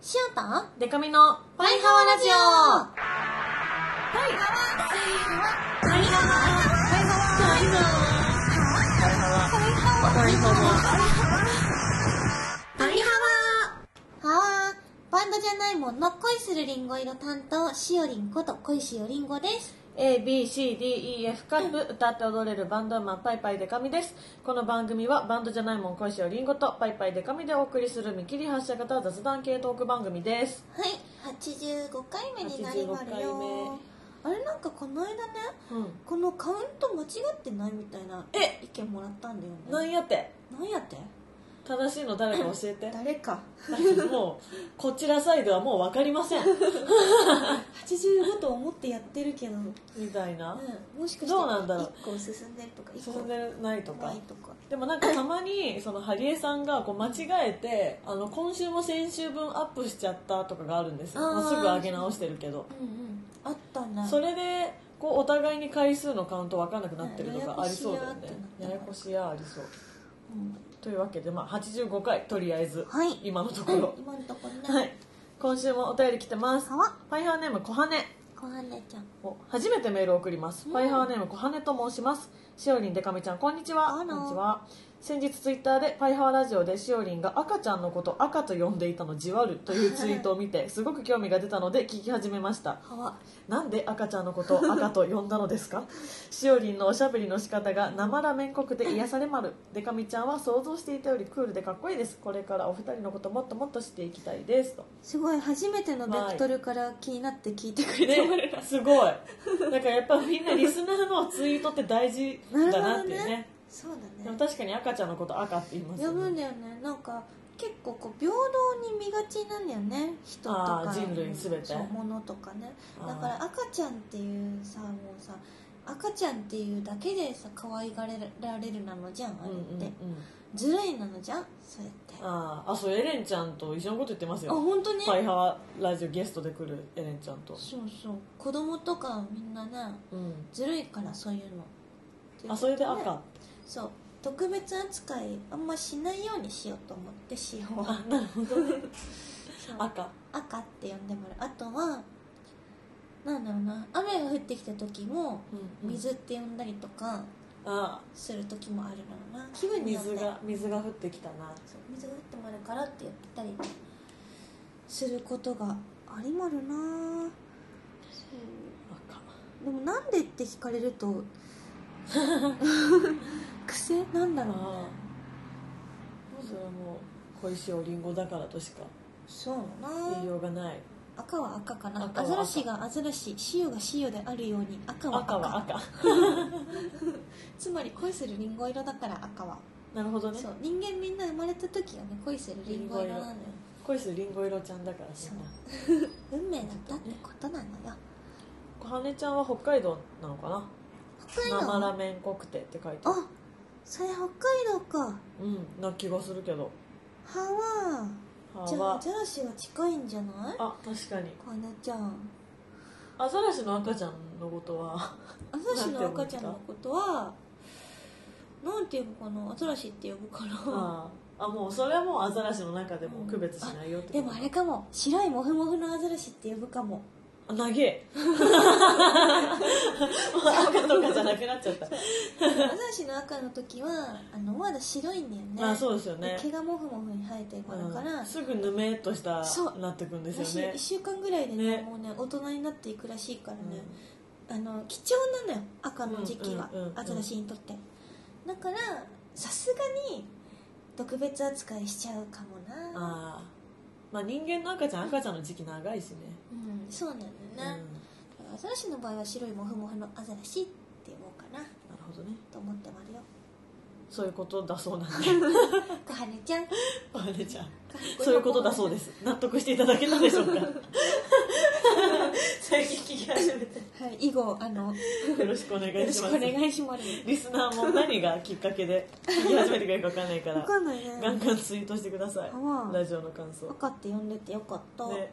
シュートデカミのパイハワラジオはーバンドじゃないもんの恋するりんご色担当しおりんこと恋しおりんごです ABCDEF カップ歌って踊れるバンドマンパイパイデカミですこの番組はバンドじゃないもん恋しおりんごとパイパイデカミでお送りする見切り発車型雑談系トーク番組ですはい85回目になりまる85回よあれなんかこの間ねうんこのカウント間違ってないみたいなえ意見もらったんだよねなんやってなんやって正しいの誰か教えて誰かもうこちらサイドはもう分かりません85と思ってやってるけど、うん、みたいなもしかしてどうなんだろう1個進んでるとか1進ん個でないとかないとかでもなんかたまにそのハリエさんがこう間違えてあの今週も先週分アップしちゃったとかがあるんですよあーもうすぐ上げ直してるけどうんうんあったなそれでこうお互いに回数のカウント分かんなくなってるとかありそうだよねややややここしやありそううんというわけで、まあ、85回とりあえず、はい今のところ、今のところね、はい、今週もお便り来てますかわファイハーネーム小羽こはねちゃんお初めてメールを送ります、うんファイハーネーム小羽と申しますしおりんでかみちゃんこんにちはあらこんにちは先日ツイッターでパイハーラジオでしおりんが赤ちゃんのこと赤と呼んでいたのじわるというツイートを見てすごく興味が出たので聞き始めましたかわなんで赤ちゃんのことを赤と呼んだのです かしおりんのおしゃべりの仕方がなまらめんこくて癒されまるでかみちゃんは想像していたよりクールでかっこいいですこれからお二人のこともっともっと知っていきたいです とすごい初めてのベクトルから気になって聞いてくれてる、ね、すごいだからやっぱみんなリスナーのツイートって大事 だなっていうね そうでだねも確かに赤ちゃんのこと赤って言います呼よぶんねだよねなんか結構こう平等に見がちなんだよね人とあかー人類全てそう物とかねあーだから赤ちゃんっていうさもうさ赤ちゃんっていうだけでさ可愛がられるなのじゃんあうんれっうんて、うんずるいなのじゃんそれってああーあそうエレンちゃんと一緒のこと言ってますよ本当に「パイハワラジオ」ゲストで来るエレンちゃんと、そうそう子供とかみんなねうん、ずるいからそういうのあそれでね赤そう特別扱いあんましないようにしようと思ってしようあなるほどそう赤赤って呼んでもらうあとはなんだろうな雨が降ってきた時もうんうん水って呼んだりとかあする時もあるのな気分によって水が水が降ってきたなそう水が降ってもらうからって言ったりすることがありまるなそう赤でもなんでって聞かれると 癖なんだろうああそれはもう小石をりんごだからとしかそうだ言いなようがない赤は赤かな赤は赤アザラシがアザラシ塩が塩であるように赤は赤赤は赤つまり恋するリンゴ色だから赤は、なるほどねそう人間みんな生まれた時はね恋するリンゴ色なのよ恋するりんご色ちゃんだからしな運命だったってことなのよ小羽ちゃんは北海道なのかな北海生ラ道メン国定って書いてあるあそれ北海道かうんな気がするけどはわ歯じゃあアはザラシは近いんじゃないあ確かにかなちゃんアザラシの赤ちゃんのことはアザラシの赤ちゃんのことはなんて呼ぶかなアザラシって呼ぶからあああもうそれはもうアザラシの中でも区別しないよってでもあれかも白いモフモフのアザラシって呼ぶか もあ長えもう赤とかじゃなくなっちゃったアザラシの赤の時はあのまだ白いんだよねまあそうですよねで毛がモフモフに生えてるから、うんすぐぬめっとしたそうなってくんですらしいよね1週間ぐらいでねねもうね大人になっていくらしいからね、あの貴重なのよ赤の時期は、うんうんうんうんアザラシにとってだからさすがに特別扱いしちゃうかもうんなああまあ人間の赤ちゃん赤ちゃんの時期長いしねうんそうなんだよね、うんなるアザラシの場合は白いモフモフのアザラシって呼ぼうかなほどねと思ってもあるよそういうことだそうなんで小羽ちゃん お姉ちゃん そういうことだそうです納得していただけたでしょうか 最近聞き始めてすはい以後あのよよろしくお願ろいししくまおす願いしますリスナーも何がきっかけで聞き始めてくれるか分かんないから分かんないねガンガンツイートしてくださいうんラジオの感想 赤って呼んでてよかった、ね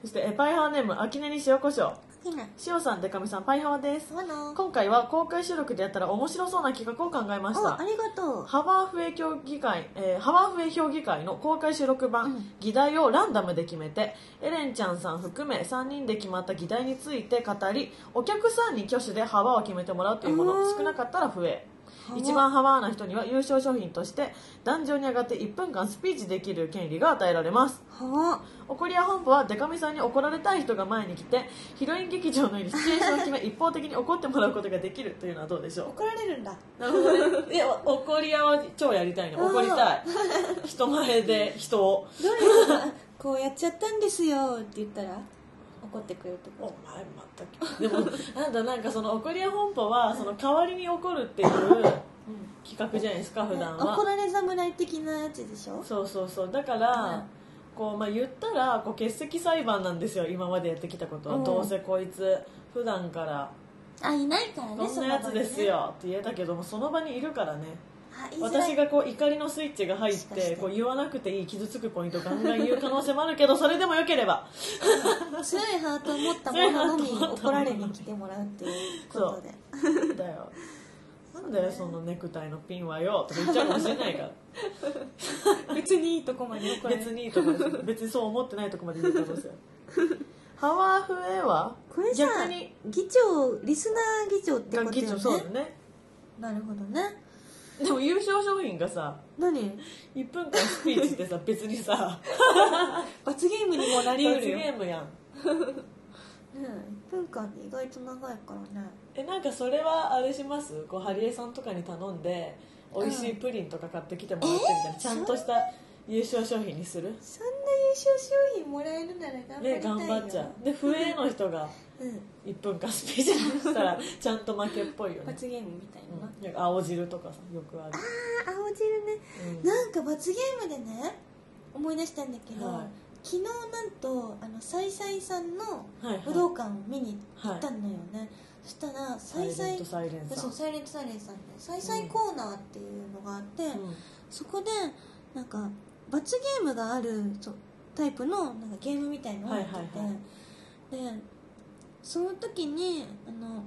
そしてえパイハーネーム秋根に塩コショウひなしおさんでかみさんパイハワですそうな今回は公開収録でやったら面白そうな企画を考えましおたありがとうハワーフエ協議会、えーハワーフエ評議会の公開収録版、うん議題をランダムで決めてエレンちゃんさん含め3人で決まった議題について語りお客さんに挙手でハワーを決めてもらうというもうのん少なかったら不えハワ一番ハワーな人には優勝商品として壇上に上がって1分間スピーチできる権利が与えられますは怒り屋本部はデカミさんに怒られたい人が前に来てヒロイン劇場のようにシチュエーションを決め一方的に怒ってもらうことができるというのはどうでしょう怒られるんだなるほど ね。いや、お怒り屋は超やりたいの。怒 りたい。人前で人を。どれが こうやっちゃったんですよって言ったら怒ってくれるとおか前また。でも、なんだ、なんかその怒り屋本舗は、その代わりに怒るっていう企画じゃないですか、普段怒は。られ侍的なやつでしょそうそうそう。だかうらん、こう、まあ言ったら、こう欠席裁判なんですよ、今までやってきたことうは。んどうせこいつ、普段から、あいないからねこんなやつですよって言えたけども、その場にいるからね。その場にねあ言いづらい私がこう怒りのスイッチが入っしかしててこう言わなくていい傷つくポイントガンガン言う可能性もあるけどそれでもよければ強いハートを持った者のみに怒られに来てもらうっていうことでだよなんだよそのネクタイのピンはよとか言っちゃうかもしれ ないから別にいいとこまで怒られ別にいいとこです別にそう思ってないとこまで言う可能性あ るハワーフエはこれさ逆に議長リスナー議長ってこがと議よ長ねそうだねなるほどねでも優勝商品がさ何1分間スピーチってさ別 にさ罰ゲームにもな罰りゲうるよ、ね、ームやん1分間って意外と長いからねえなんかそれはあれしますこうハリエさんとかに頼んで美味しいプリンとか買ってきてもらってみたいな、ちゃんとした優勝商品にするそんな優勝商品もらえるなら頑張りねたいよ、頑張っちゃうで笛の人がうん1分間スピーチしたらちゃんと負けっぽいよね、罰ゲームみたいな、うん、なんか青汁とかさよくある、あ青汁ねうんなんか罰ゲームでね思い出したんだけど、はい昨日なんとあのサイサイさんのはいはい武道館を見に行はったのよね、そしたらサイササイレンイトサイレンさんそうサイレントサイレンさんねサイサイコーナーっていうのがあって、うんそこでなんか罰ゲームがあるそうタイプのなんかゲームみたいのをやってて、はいはいはでその時にあの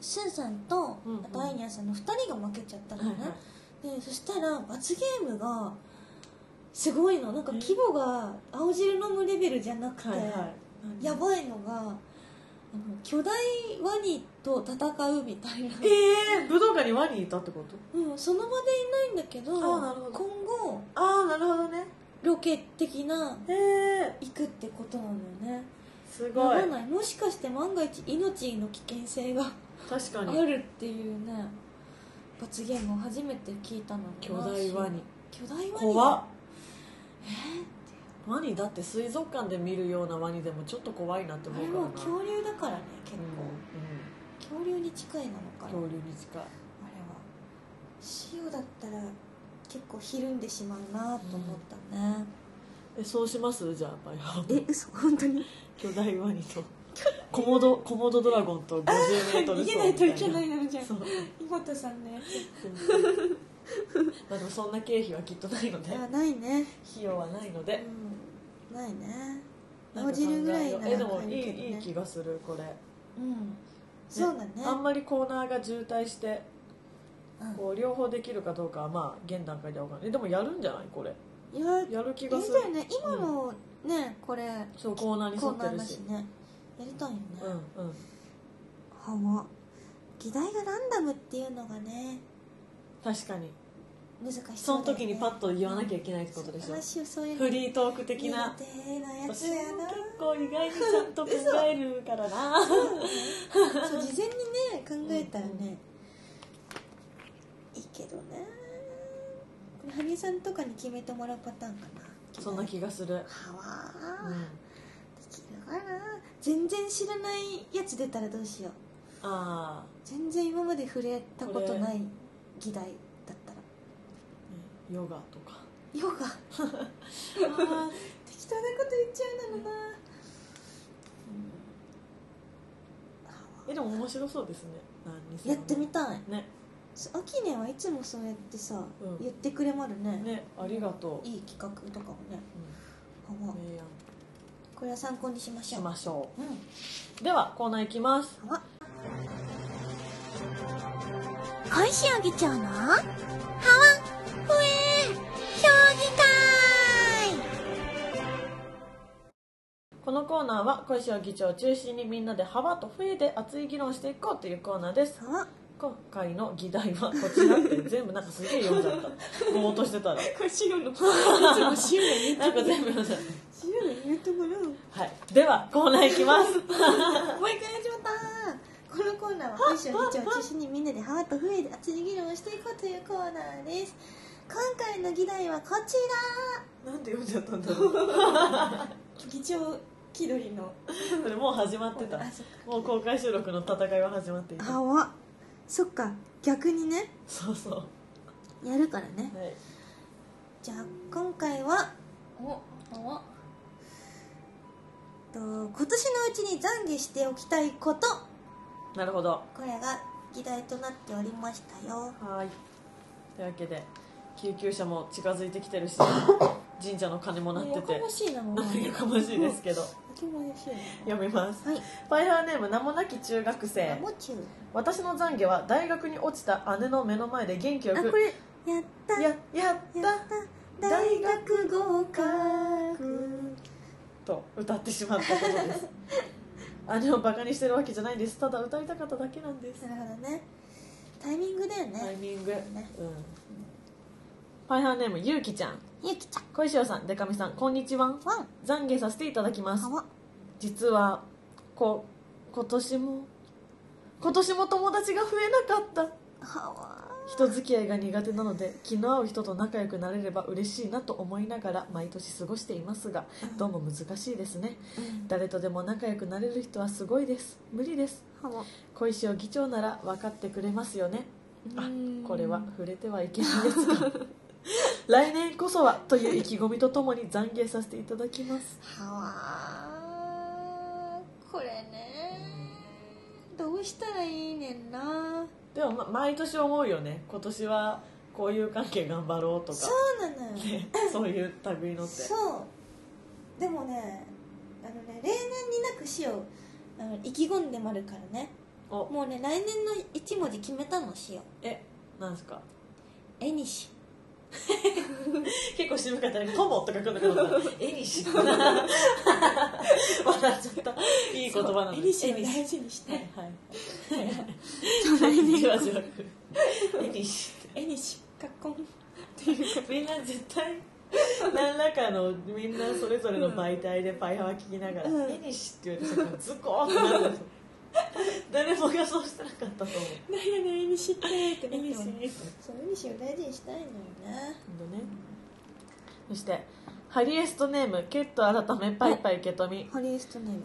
スーさんと、うんうんあとアイニャンさんの2人が負けちゃったのね、はいはいでそしたら罰ゲームがすごいのなんか規模が青汁飲むレベルじゃなくて、はいはやばいのがあの巨大ワニと戦うみたいな、いえー、武道館にワニいたってことうん、その場でいないんだけどあなるほど今後ああなるほどねロケ的なえー、行くってことなのよねすやごいばないもしかして万が一命の危険性が確かあにるっていうね罰ゲームを初めて聞いたの巨大ワニ巨大ワニ怖っえーワニだって水族館で見るようなワニでもちょっと怖いなってあ思うれからもなう恐竜だからね結う構、恐竜に近いなのかなんうん、恐竜に近いあれは塩だったら結構ひるんでしまうなと思ったね、えそうしますじゃあバイハーえ嘘本当に巨大ワニとコモドコモドドラゴンと 50m 逃げないといけないのじゃんそう 妹さんのやつまあでもそんな経費はきっとないのであないね費用はないのうでんないねなん青か考えよう汁ぐらいならえでも買いえるいけどねいい気がするこれ、ねうんそうだねあんまりコーナーが渋滞してうんこう両方できるかどうかはまあ現段階では分かんないえでもやるんじゃないこれいややりやる気たがするいね今のねこれそうコーナーにコ沿ーナーってるだししねやりたいよねうんうんはわ議題がランダムっていうのがね確かに難しそうだよねその時にパッと言わなきゃいけないってことでしょ、話をそういうフリートーク的な苦手なや私つや結な構意外にちゃんと考えるからなそう事前にね考えたらね、うんうんいいけどねこれ羽生さんとかに決めてもらうパターンかなそんな気がする、はわうー、んで、きるかな全然知らないやつ出たらどうしようああ全然今まで触れたことない議題だったらヨガとかヨガ適当なこと言っちゃうなのな、えでも面白そうですね何にせよやってみたいねそうアキネはいつもそうやってさ、うん言ってくれまるねねありがとう、いい企画とかもねうあわん、明暗ここれは参考にしまししょうましょうんうではコーナーいきますあ今週あげちゃうのハワふえ評議このコーナーは小石を議長を中心にみんなで幅と笛で熱い議論していこうというコーナーです会あ今回の議題はこちらって全部なんかすげえ読んじゃったぼーっとしてたらこれ白 のいつも白いなんか全部読んじゃっ白い言う ところたはいではコーナーいきますもう一回始まったこのコーナーは本州議長を中心にみんなでハワとフエで熱い議論をしていこうというコーナーです今回の議題はこちなんで読んじゃったんだろうら議長気取りのそれもう始まってたあそっもう公開収録の戦いは始まっていたハワそっか逆にねそうそうはやるからねいじゃあ今回はおおえっと今年のうちに懺悔しておきたいことなるほどこれが議題となっておりましたよはいというわけで救急車も近づいてきてるし神社の鐘も鳴っててしいなもうなんかやかましいですけどやかましい読みますはいファイヤーネーム名もなき中学生もちゅう私の懺悔は大学に落ちた姉の目の前で元気よあくこれやったややったやった大学合格と歌ってしまったことです姉をバカにしてるわけじゃないですただ歌いたかっただけなんですなるほどねタイミングだよね、タイミング、うんね、ファイヤーネームゆうきちゃんゆきちゃん小石尾さんでかみさんこんにちはワン懺悔させていただきますハワ実はこ今年も今年も友達が増えなかったハワ人付き合いが苦手なので気の合う人と仲良くなれれば嬉しいなと思いながら毎年過ごしていますがどうも難しいですね誰とでも仲良くなれる人はすごいです無理ですハワ小石を議長なら分かってくれますよねあうんこれは触れてはいけないですか 来年こそはという意気込みとともに懺悔させていただきますハワこれねどうしたらいいねんなでも、ま、毎年思うよね今年はこういう関係頑張ろうとかそうなのよね そういう類のってそうでもねあのね例年になくしようあの意気込んでまるからねおもうね来年の一文字決めたのしようえなんですかえにし結構渋かったね「友」とか来るのかと 思ったら「えにし」笑っちゃったいい言葉なのえにしをえにし大事にしたはいいはい来じわ年じわ来るえにしえにしかっこんみんな絶対何らかのみんなそれぞれの媒体でパイハワ聞きながらう「んえにし」って言われてそこがズコーってなるんですよ誰もがそうしてなかったと思うなんやねえにしってってえにしもねそうえにしを大事にしたいのよねほんとねそしてハリエストネームケット改めパイパイ受け止みハリエストネーム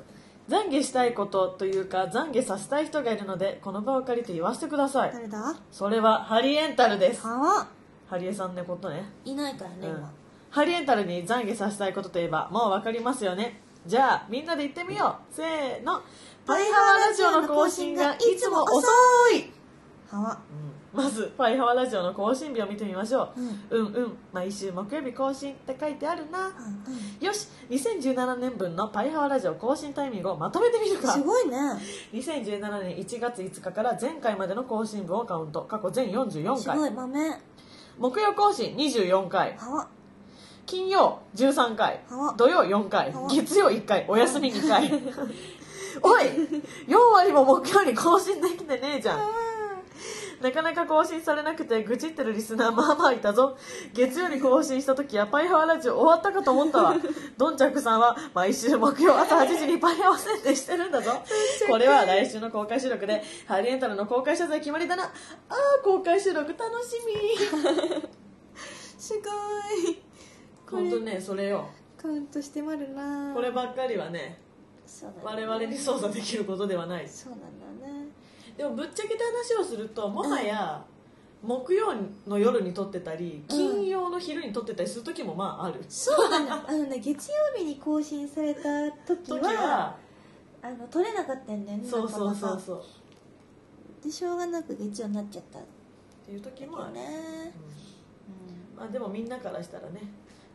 懺悔したいことというか懺悔させたい人がいるのでこの場を借りて言わせてください誰だそれはハリエンタルですはハリエさんのことね、いないからねうん今ハリエンタルに懺悔させたいことといえばもう分かりますよねじゃあみんなで言ってみようせーのパイハワラジオの更新がいつも遅い、はわうんまずパイハワラジオの更新日を見てみましょうんう、うん、うん毎週木曜日更新って書いてあるなうんよし2017年分のパイハワラジオ更新タイミングをまとめてみるかすごいね2017年1月5日から前回までの更新分をカウント過去全44すご回い豆木曜更新24回はわ金曜13回は土曜4回は月曜1回お休み2回 おい4割も木曜に更新できてねえじゃんなかなか更新されなくて愚痴ってるリスナーまあまあいたぞ月曜に更新した時はパイハワラジオ終わったかと思った わどんちゃくさんは毎週木曜朝8時にパイハワ宣伝してるんだ ぞこれは来週の公開収録でハリエンタルの公開謝罪決まりだなあー公開収録楽しみすごい 本当ねそれよカウントしてまるなこればっかりはねそうなんだ我々に操作できることではないですそうなんだねでもぶっちゃけた話をするともはや木曜の夜に撮ってたり金曜の昼に撮ってたりする時もまああるそうなんだ あのね月曜日に更新された時は時はあの取れなかったんだよねそうそうなかそなうかそうっでしょうがなく月曜になっちゃったんだていう時けもどある、ねうんまあでもみんなからしたらね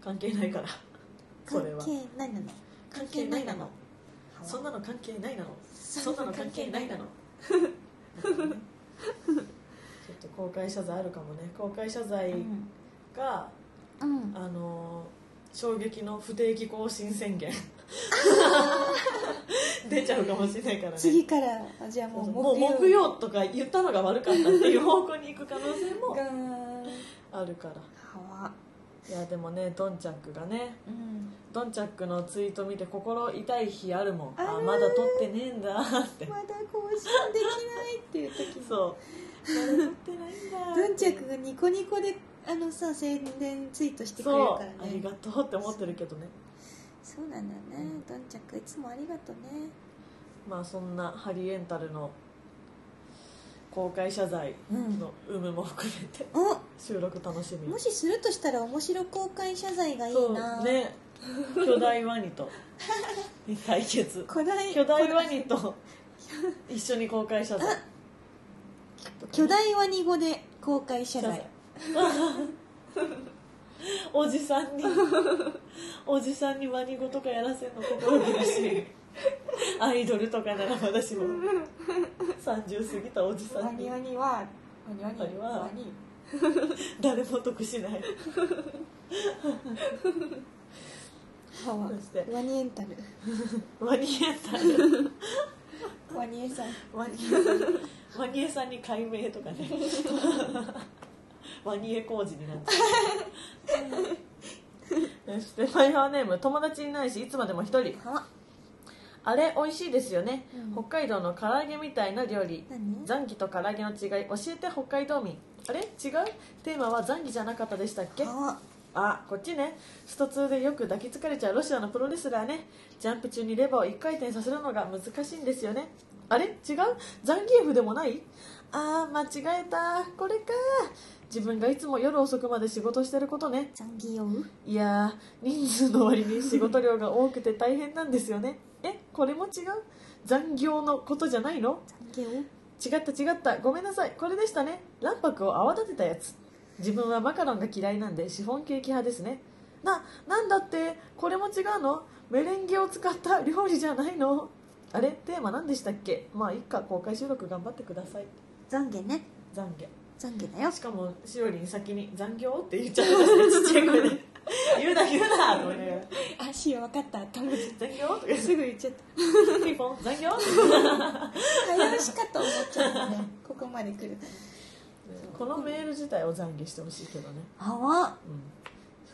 関係ないからうんそれは関係ないのね関係ないなのそんなの関係ないなのそそんなの関係ないなのなるほどねちょっと公開謝罪あるかもね公開謝罪うんが、うん、あのー衝撃の不定期更新宣言 出ちゃうかもしれないからね次からあじゃあももううもう木曜とか言ったのが悪かったっていう方向に行く可能性もがあるからはわいやでもねドンチャックがねうんドンチャックのツイート見て心痛い日あるもんあるあまだ撮ってねえんだ ってまだ更新できないっていう時にそうまだ撮ってないんだ文着がニコニコであのさ宣伝ツイートしてくれるそかうあらねりがとうって思ってるけどねそうなんだねどんちゃくいつもありがとうねまあそんなハリエンタルの公開謝罪の有無も含めてお収録楽しみもしするとしたら面白公開謝罪がいいなそうね巨大ワニ と対決巨大巨大ワニと一緒に公開謝罪巨大ワニ語で公開謝罪 おじさんにおじさんにワニ語とかやらせるの心苦しいアイドルとかなら私も30過ぎたおじさんにニはワニワワニは誰も得しないはわそしてワニエンタルワニエさんワニエさんワニエさんワニエさんに改名とかねワニエ工事になっち ゃうそしてファイヤーネーム友達いないしいつまでも一人はわあれ美味しいですよね、うん北海道の唐揚げみたいな料理何ザンギと唐揚げの違い教えて北海道民あれ違うテーマはザンギじゃなかったでしたっけはわあこっちねスト2でよく抱きつかれちゃうロシアのプロレスラーねジャンプ中にレバーを1回転させるのが難しいんですよねあれ違うザンギエフでもないあー間違えたこれか自分がいつも夜遅くまで仕事してることねザンギヨウいやー人数の割に仕事量が多くて大変なんですよねえこれも違う残業のことじゃないのザンギヨウ違った違ったごめんなさいこれでしたね卵白を泡立てたやつ自分はマカロンが嫌いなんでシフォンケーキ派ですねななんだってこれも違うのメレンゲを使った料理じゃないのあれテーマ何でしたっけまあいっか公開収録頑張ってくださいザンゲね懺悔ザンゲだよしかもしおりん先に「残業?」って言っちゃったちっちゃい声で「言うな言うな」と思いながらあしよ分か ったと思って「残業?」とか言ってすぐ言っちゃった「ピンポン残業?」早押しかと思っちゃったね ここまで来るこのメール自体を懺悔してほしいけどねあわうん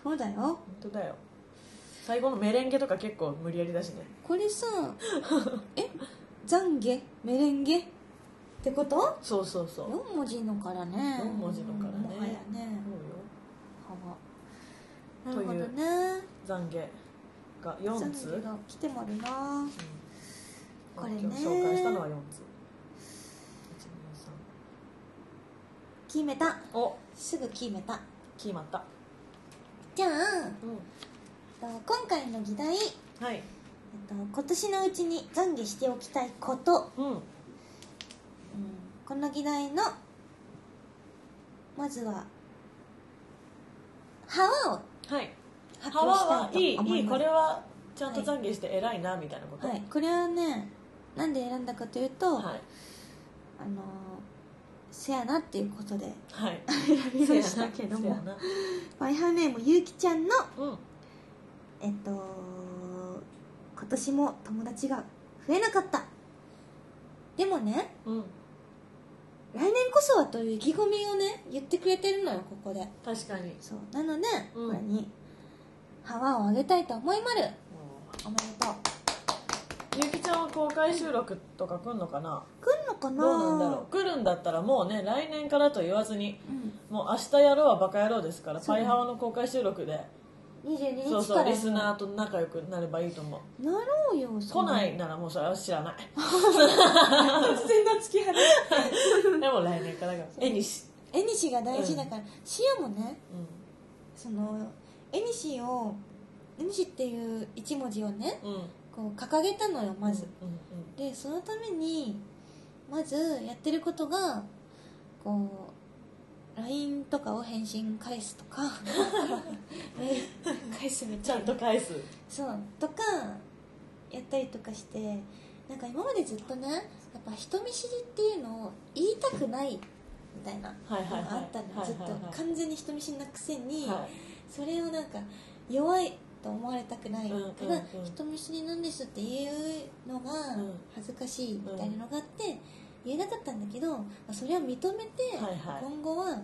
そうだよ本当だよ最後のメレンゲとか結構無理やりだしねこれ さえ懺悔メレンゲってことそうそうそうそうよ四文字のからね四文字のからねもはやねはわなといるうほどね懺悔が4通、懺悔が来てもあるなうんこれね今日紹介したのは4通決めた123おすぐ決めた決まった、じゃあえっと今回の議題、えっはいと、今年のうちに懺悔しておきたいこと、うんうん、この議題のまずは歯をはい発歯表はしいたいいと思いいいまこすれはちゃんと懺悔して偉いなみたいなことはい、これはねなんで選んだかというと、はいあのーせやなっていうことではい選びましたけどせやもなワイハーネームゆうきちゃんのうんえっと今年も友達が増えなかったでもねうん来年こそはという意気込みをね言ってくれてるのよここで確かにそうなので、うんこれに幅をあげたいと思いまるもうおめでとうゆきちゃんは公開収録とか来んのかな来んのかなどうなんだろう来るんだったらもうね来年からと言わずにうんもう明日やろうはバカ野郎ですからそうパねイハワの公開収録で22日からそうそうリスなナーと仲良くなればいいと思うろうよ来な いいならもうそれは知らない突然の突き放でも来年からが絵にしえにしが大事だから、しやもねうそのえにしをえにしっていう一文字をねんうんこう掲げたのよまず、うんうんでそのためにまずやってることがこう LINE とかを返信返すと かメール返すみちたゃいんなと返すそうとかったりとかしてなんか今までずっとねやっぱ人見知りっていうのを言いたくないみたいなはいはいはいのがあったの、はいずっはいはとい完全に人見知りなくせに、はそれをなんか弱いと思われたくないから、うんうんうん人見知りなんですって言うのがうん恥ずかしいみたいなのがあって、言えなかったんだけど、まあ、それを認めて、いはいはい今後は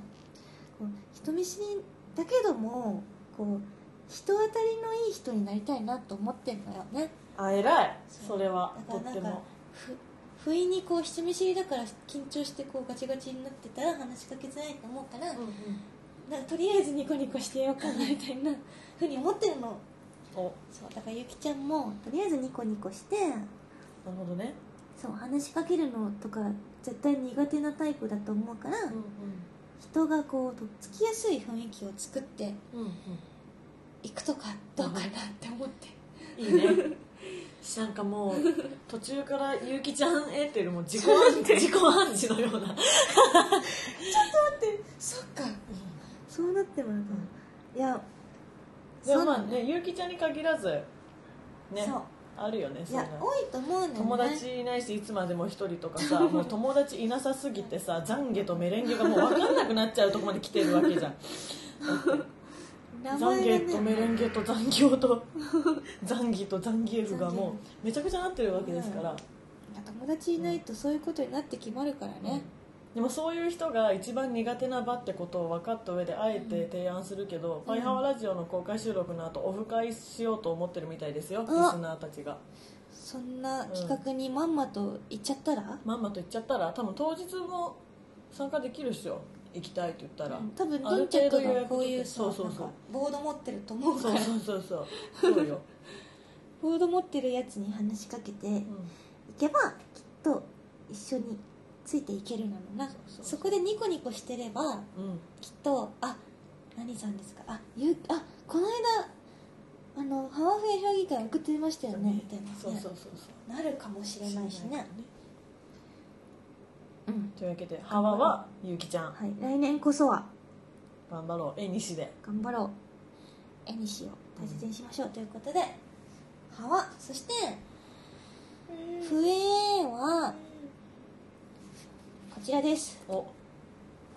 こう人見知りだけどもこう人当たりのいい人になりたいなと思ってんのよねあ偉いそうそれはだとかっらなてんかもふ不意にこう人見知りだから緊張してこうガチガチになってたら話しかけづらいと思うから、うんうんなんかとりあえずニコニコしてようかなみたいなふうに思ってるのおそうだからゆきちゃんもとりあえずニコニコしてなるほどねそう話しかけるのとか絶対苦手なタイプだと思うから、うん人がこうとっつきやすい雰囲気を作ってうんうんいくとかどうかなって思って、いいねなんかもう途中から結城ちゃんへっていうよりも自己暗示自己暗示のようなそっかそうなってもらうかいやでもうまあね結城ちゃんに限らずねそうあるよねいそんなや多いと思うのよね友達いないしいつまでも一人とか さもう友達いなさすぎてさ懺悔とメレンゲがもう分かんなくなっちゃうとこまで来てるわけじゃん名前懺悔がとメねレンゲと残業と 残疑と残悔フがもうめちゃくちゃなってるわけですから、いや友達いないとそういうことになって決まるからね、でもそういう人が一番苦手な場ってことを分かった上であえて提案するけど「パイハワラジオ」の公開収録の後オフ会しようと思ってるみたいですよリスあナーたちがそんな企画にまんまと行っちゃったら、まんまと言っちゃったら多分当日も参加できるっしょ行きたいって言ったら、うん多分あるドンちゃんとかこういうさ程度予約そうそうそうなんかボード持ってると思うかそらうそうそうそうそうよ、ボード持ってるやつに話しかけてう行んけばきっと一緒についていけるなのなそうそうそうそこでニコニコしてればうん、きっとあ何さんですかあゆうあこの間あのハワフェ評議会送ってましたよねみたいな、ね、そうそうそうそうなるかもしれないしねうんというわけでハワはゆうきちゃんはい来年こそは頑張ろうえ西で頑張ろう絵にしよう大切にしましょう、ということでハワそして笛はこちらですお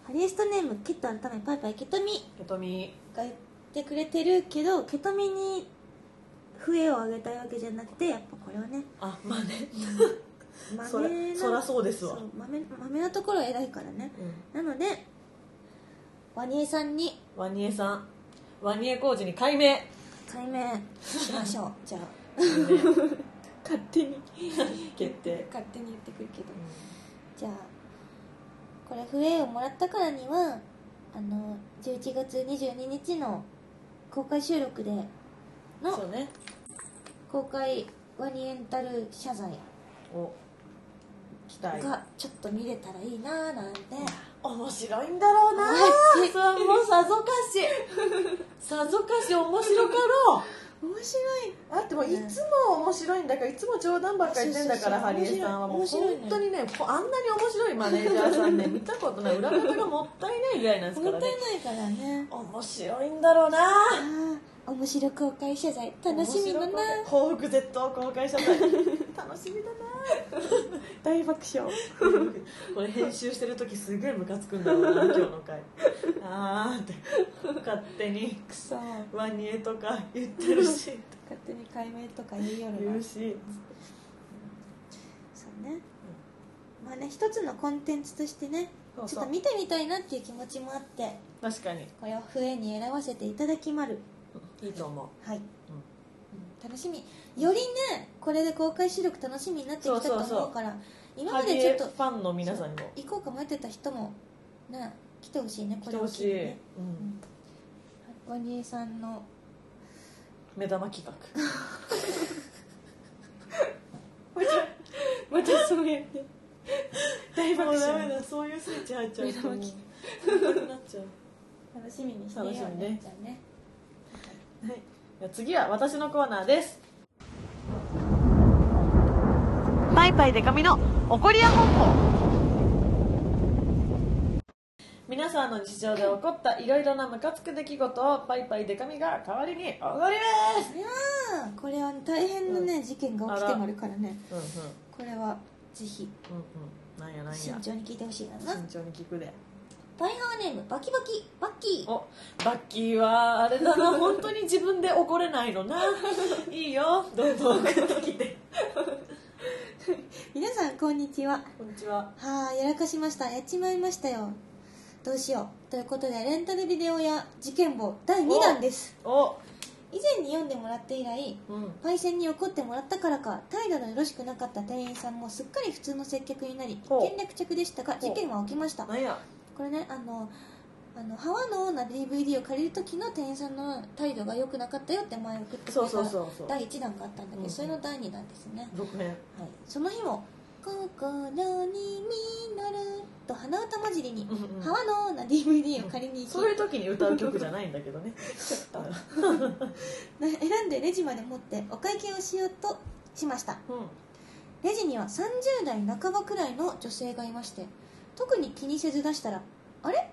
ハリエストネームケット改めパイパイケトミけとみが言ってくれてるけどケトミに笛をあげたいわけじゃなくてやっぱこれはねあまあね そ豆れそならそうですわそう豆豆なところは偉いからねうんなのでワニエさんにワニエさんワニエ工事に改名、 対面しましょうじ ゃあ勝手に決定、勝手に言ってくるけどじゃあこれ笛をもらったからにはあの11月22日の公開収録でそのうね公開ワニエンタル謝罪お期待がちょっと見れたらいいなーなんて、面白いんだろうなそれもうさぞかしさぞかし面白かろ面白いうあってもいつも面白いんだからいつも冗談ばっかり言ってんだからそうハそうそうリエさんはも面う本白い当にねこうあんなに面白いマネージャーさんね見たことない裏方がもったいないぐらいなんですもかったらいねないからね面白いんだろうなああ面白公開謝罪楽しみだな面白い幸福絶倒公開謝罪楽しみだな大爆笑これ編集してる時すげえムカつくんだろうな今日の回あーって勝手にくそ勝ワニエとか言ってるし手に解明とか言いよるな言うしそうね、まあね一つのコンテンツとしてねそうちそょうっと見てみたいなっていう気持ちもあって確かにこれを笛に選ばせていただきまるいいと思うはい、うん楽しみよりねこれで公開収録楽しみになってきたとそうそう思そううから今ハまリでちょエっフとァンの皆さんにも行こうか迷ってた人もね来てほしいねこ来てれほをし聞いい、てうんね、ワニエさんの目玉企画 またそうやって大爆笑 もうダメだそういうスイッチ入っちゃうともう 目玉なくなっちゃう楽しみにしてよ楽しみねじゃあねはい、じゃあ次は私のコーナーですパイパイデカミの怒りや本舗皆朝の日常で起こったいろいろなムカつく出来事をパイパイデカミが代わりに踊りますいやーこれは大変なね、事件が起きてもあるからねうんうんこれはぜひうんうんなんやなんや慎重に聞いてほしいな慎重に聞くでパイハーネームバキバキバッキーおバッキーはあれだ な本当に自分で怒れないのないいよどんど ん送ってきて皆さんこんにちはこんにちははあやらかしましたやっちまいましたよどうしようということでレンタルビデオ屋事件簿第2弾ですお以前に読んでもらって以来うんパイセンに怒ってもらったからか態度のよろしくなかった店員さんもすっかり普通の接客になりほう一件落着でしたがほう事件は起きましたなんやこれねあのあのハワのオーナー DVD を借りる時の店員さんの態度が良くなかったよって前送ってくれたそうそうそうそう第1弾があったんだけど、うんそれの第2弾ですね、 6年はい、その日も「心に実る」と鼻歌混じりにうん「うんハワのオーナー DVD を借りに行き、 そういう時に歌う曲じゃないんだけどねな選んでレジまで持ってお会計をしようとしましたうんレジには30代半ばくらいの女性がいまして特に気にせず出したら「あれ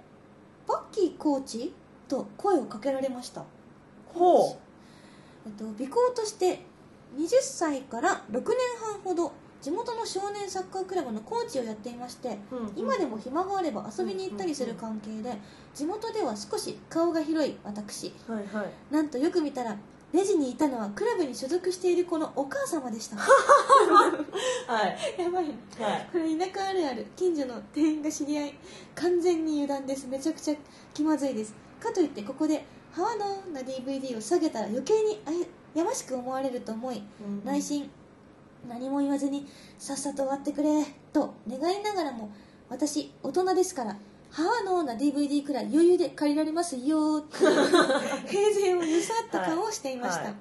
バッキーコーチ?」と声をかけられましたほえっと、尾行として20歳から6年半ほど地元の少年サッカークラブのコーチをやっていましてう、うん今でも暇があれば遊びに行ったりする関係で地元では少し顔が広い私はいはいなんとよく見たらレジにいたのはクラブに所属している子のお母様でしたはいやばいなはいこれ田舎あるある近所の店員が知り合い完全に油断ですめちゃくちゃ気まずいですかといってここで「ハワのな DVD を下げたら余計にあややましく思われると思い内心何も言わずにさっさと終わってくれと願いながらも私大人ですから母のような DVD くらい余裕で借りられますよと平然をゆさっと顔をしていました、はいはい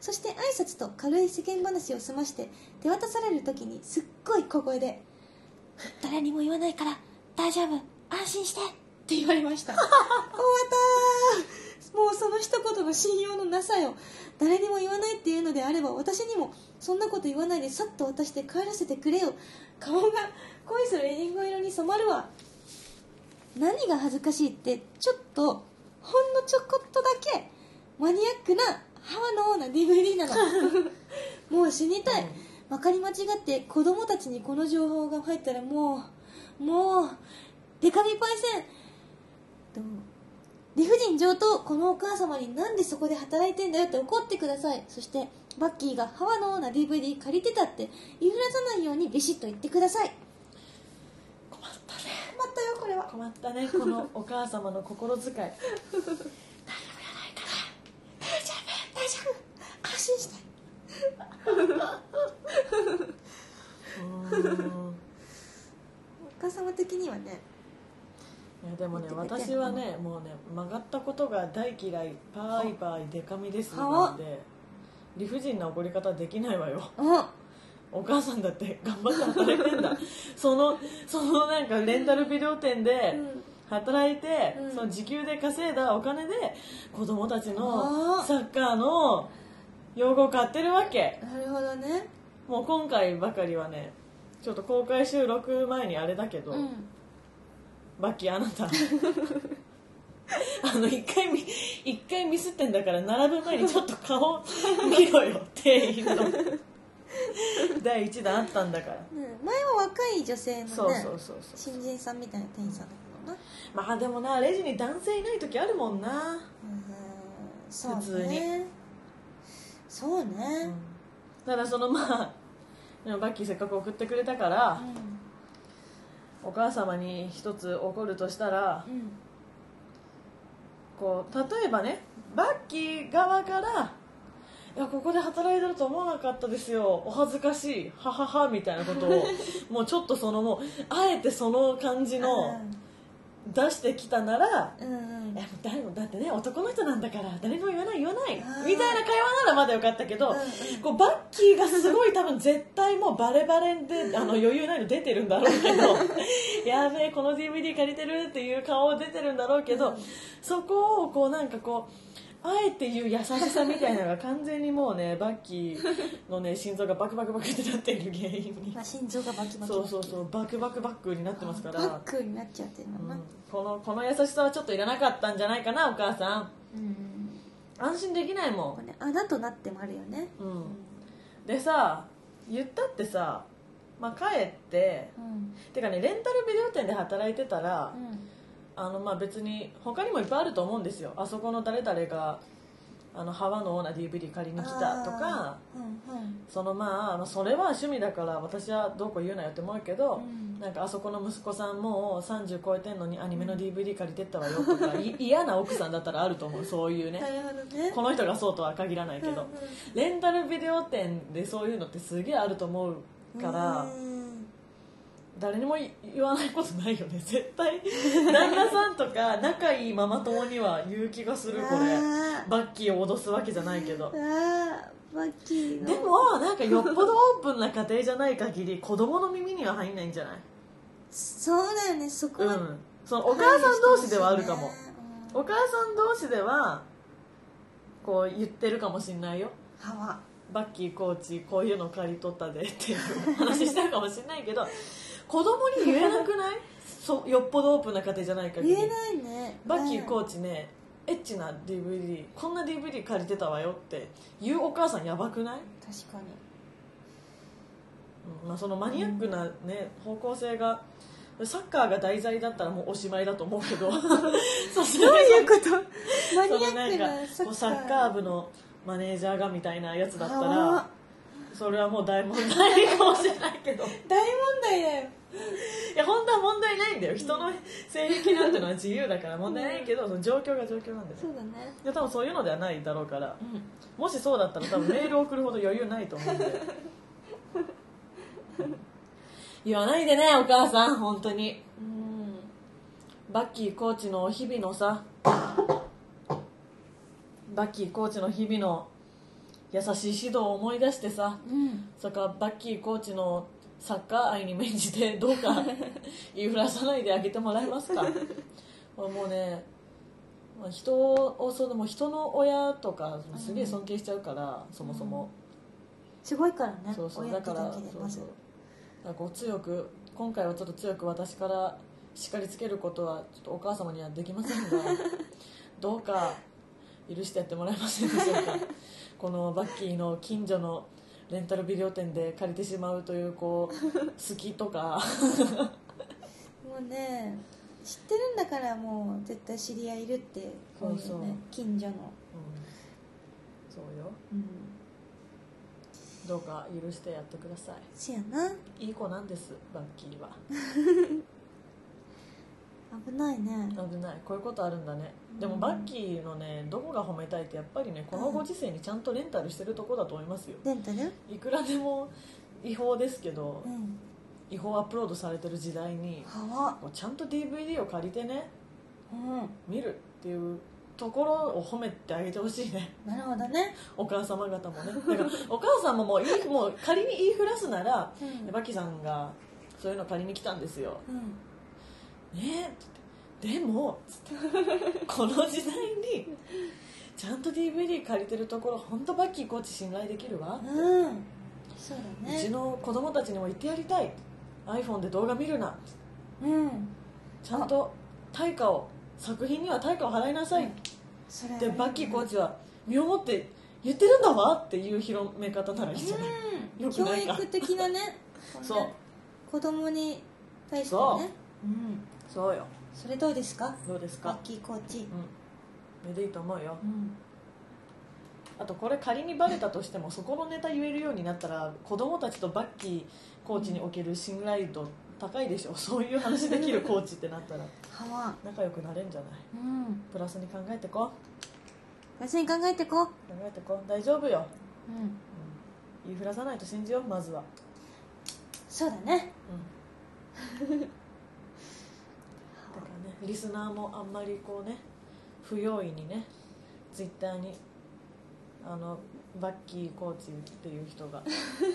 そして挨拶と軽い世間話を済まして手渡される時にすっごい小声で「誰にも言わないから大丈夫安心して」って言われま した終わったーもうその一言の信用のなさよ誰にも言わないっていうのであれば私にもそんなこと言わないでさっと渡して帰らせてくれよ顔が恋するリンゴ色に染まるわ何が恥ずかしいってちょっとほんのちょこっとだけマニアックなハワのオーナー DVD なのもう死にたい、うんまかり間違って子供たちにこの情報が入ったらもうもうデカミパイセンと理不尽上等このお母様になんでそこで働いてんだよって怒ってくださいそしてバッキーがハワのオーナー DVD 借りてたって言いふらさないようにビシッと言ってください困ったね困ったよこれは困った ねこのお母様の心遣い大丈夫大丈夫安心してうーんお母様的にはねいやでもね言ってくれて私はねもうね曲がったことが大嫌いパイパイデカミですはあなんで理不尽な怒り方できないわよあお母さんだって頑張って働いてんだそのそのなんかレンタルビデオ店でうん働いて、うんその時給で稼いだお金で子供たちあのーサッカーの用語を買ってるわけなるほどねもう今回ばかりはねちょっと公開収録前にあれだけど、うんバッキーあな たあの一回み一回ミスってんだから並ぶ前にちょっと顔見ろ よ店員の第一弾あったんだから、うん前は若い女性のねそうそうそうそう新人さんみたいな店員さんだったのかまあでもなレジに男性いない時あるもんな、なうんそうね普通にそううねん、ただそのまあでもバッキーせっかく送ってくれたから、お母様に一つ怒るとしたらうん、うん、こう例えばねバッキー側から「いやここで働いてると思わなかったですよお恥ずかしいははは」みたいなことをもうちょっとそのもうあえてその感じの出してきたならうんうん「いやもう誰もだってね男の人なんだから誰にも言わない言わない」みあーたいな会話ならまだよかったけど、うんうんこうバッキーがすごい多分絶対もうバレバレであの余裕ないの出てるんだろうけ どやべえこの DVD 借りてるっていう顔出てるんだろうけど、うんそこをこうなんかこうあえて言う優しさみたいなのが完全にもうねバッキーのね心臓がバクバクバクってなっている原因 にまあ、心臓がバキバキそうそうそうバクバクバックになってますから、バックになっちゃってるう、のかなんこのこの優しさはちょっといらなかったんじゃないかなお母さんうん安心できないもこれね穴となってもあるよねん、うん、でさ言ったってさ、まあ、帰ってうんてかねレンタルビデオ店で働いてたら、うんあのまあ別に他にもいっぱいあると思うんですよあそこの誰々があのハワのオーナー DVD 借りに来たとかあーうんうんそのまあまあそれは趣味だから私はどうこう言うなよって思うけど、うんなんかあそこの息子さんもう30超えてんのにアニメの DVD 借りてったわよとかい嫌な奥さんだったらあると思うそういうねなるほどねこの人がそうとは限らないけどうんうんレンタルビデオ店でそういうのってすげえあると思うからうん誰にもい言わないことないよね 絶対旦那さんとか仲いいママ友には言う気がするこれあーバッキーを脅すわけじゃないけどあーバッキーのでもなんかよっぽどオープンな家庭じゃない限り子供の耳には入んないんじゃないそうだよねそこうは、んそのお母さん同士ではあるかも配慮してますよねお母さん同士ではこう言ってるかもしんないようん歯はバッキーコーチこういうの借り取ったでっていう話したかもしれないけど子供に言えなくないそうよっぽどオープンな家庭じゃない限り言えないねバッキーコうーチねエッチな DVD こんな DVD 借りてたわよって言うお母さんやばくない、確かにうんまあ、そのマニアックな、ね方向性がサッカーが題材だったらもうおしまいだと思うけ どそうすどういうことマそニのなアんかックなサッこカうーサッカー部のマネージャーがみたいなやつだったらあそれはもう大問題かもしれ ないけどい大問題だよや本当は問題ないんだよ人の性癖なんてのは自由だから問題ないけどその状況が状況なんだよねそうだねいや多分そういうのではないだろうからもしそうだったら多分メール送るほど余裕ないと思うんで 言わないでねお母さん本当にうんバッキーコーチの日々のさバッキーコーチの日々の優しい指導を思い出してさうんそれからバッキーコーチのサッカー愛に免じてどうか言いふらさないであげてもらえますかもうねまあ人をそのもう人の親とかすげえ尊敬しちゃうから、そもそも、すごいからねそうそう親だってからだそけうでそうまずだからこう強く今回はちょっと強く私から叱りつけることはちょっとお母様にはできません がどうか許してやってもらえませんでしょう かこのバッキーの近所のレンタルビデオ店で借りてしまうというこう好きと かもうね知ってるんだからもう絶対知り合いいるってこういうそうそうね近所のうんそうようんどうか許してやってくださせやないいい子なんですバッキーは危ないね危ないこういうことあるんだねでもバッキーのねどこが褒めたいってやっぱりねこのご時世にちゃんとレンタルしてるとこだと思いますよレンタルいくらでも違法ですけどうん違法アップロードされてる時代にはこうちゃんと DVD を借りてねうん見るっていうところを褒めてあげてほしいね なるほどねお母様方もねだからお母さんももういいもう仮に言いふらすならうんバキさんがそういうの借りに来たんですようんねえって言ってでもつってこの時代にちゃんと DVD 借りてるところ本当バッキーコーチ信頼できるわ、うんそうだうちねの子供たちにも言ってやりたい iPhone で動画見るなうんちゃんと対価を作品には対価を払いなさい、それでバッキーコーチは身をもって言ってるんだわっていう広め方ならいいんじゃない、うんよく教ないか育的なね そう子供に対してそうねうんそうよそれどうですかどうですバかッキーコーチうんでいいと思うようんあとこれ仮にバレたとしてもそこのネタ言えるようになったら子供たちとバッキーコーチにおける信頼度高いでしょそう いう話できるコーチってなったらは仲良くなれんじゃないうんプラスに考えてこ別に考えてこう考えてこ大丈夫よ、うんうん言いふらさないと信じようまずは、そうだねうんだからねリスナーもあんまりこうね不用意にねツイッターにあのバッキーコーチっていう人が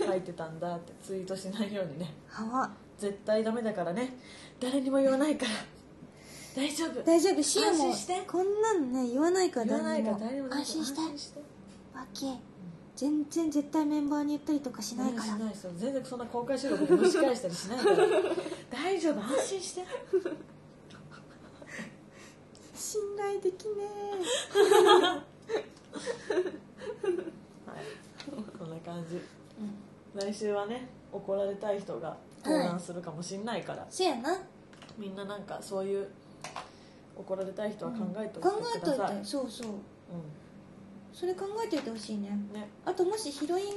書いてたんだって ツイートしないようにねはわ絶対ダメだからね誰にも言わないから大丈夫大丈夫しおも安心してこんなんね言わないから言わな誰いにからも大丈夫安心して安してわけ全然絶対メンバーに言ったりとかしないかしらないしない全然そんな公開収録で蒸し返したりしないから 大丈夫安心して信頼できねはいこんな感じえ、うん、来週はね怒られたい人が登壇するかもしんないから、せやなみんななんかそういう怒られたい人は考えてお考いてえくとだいさい、てそうそううそれ考えといてほしいねんね、あともしヒロイン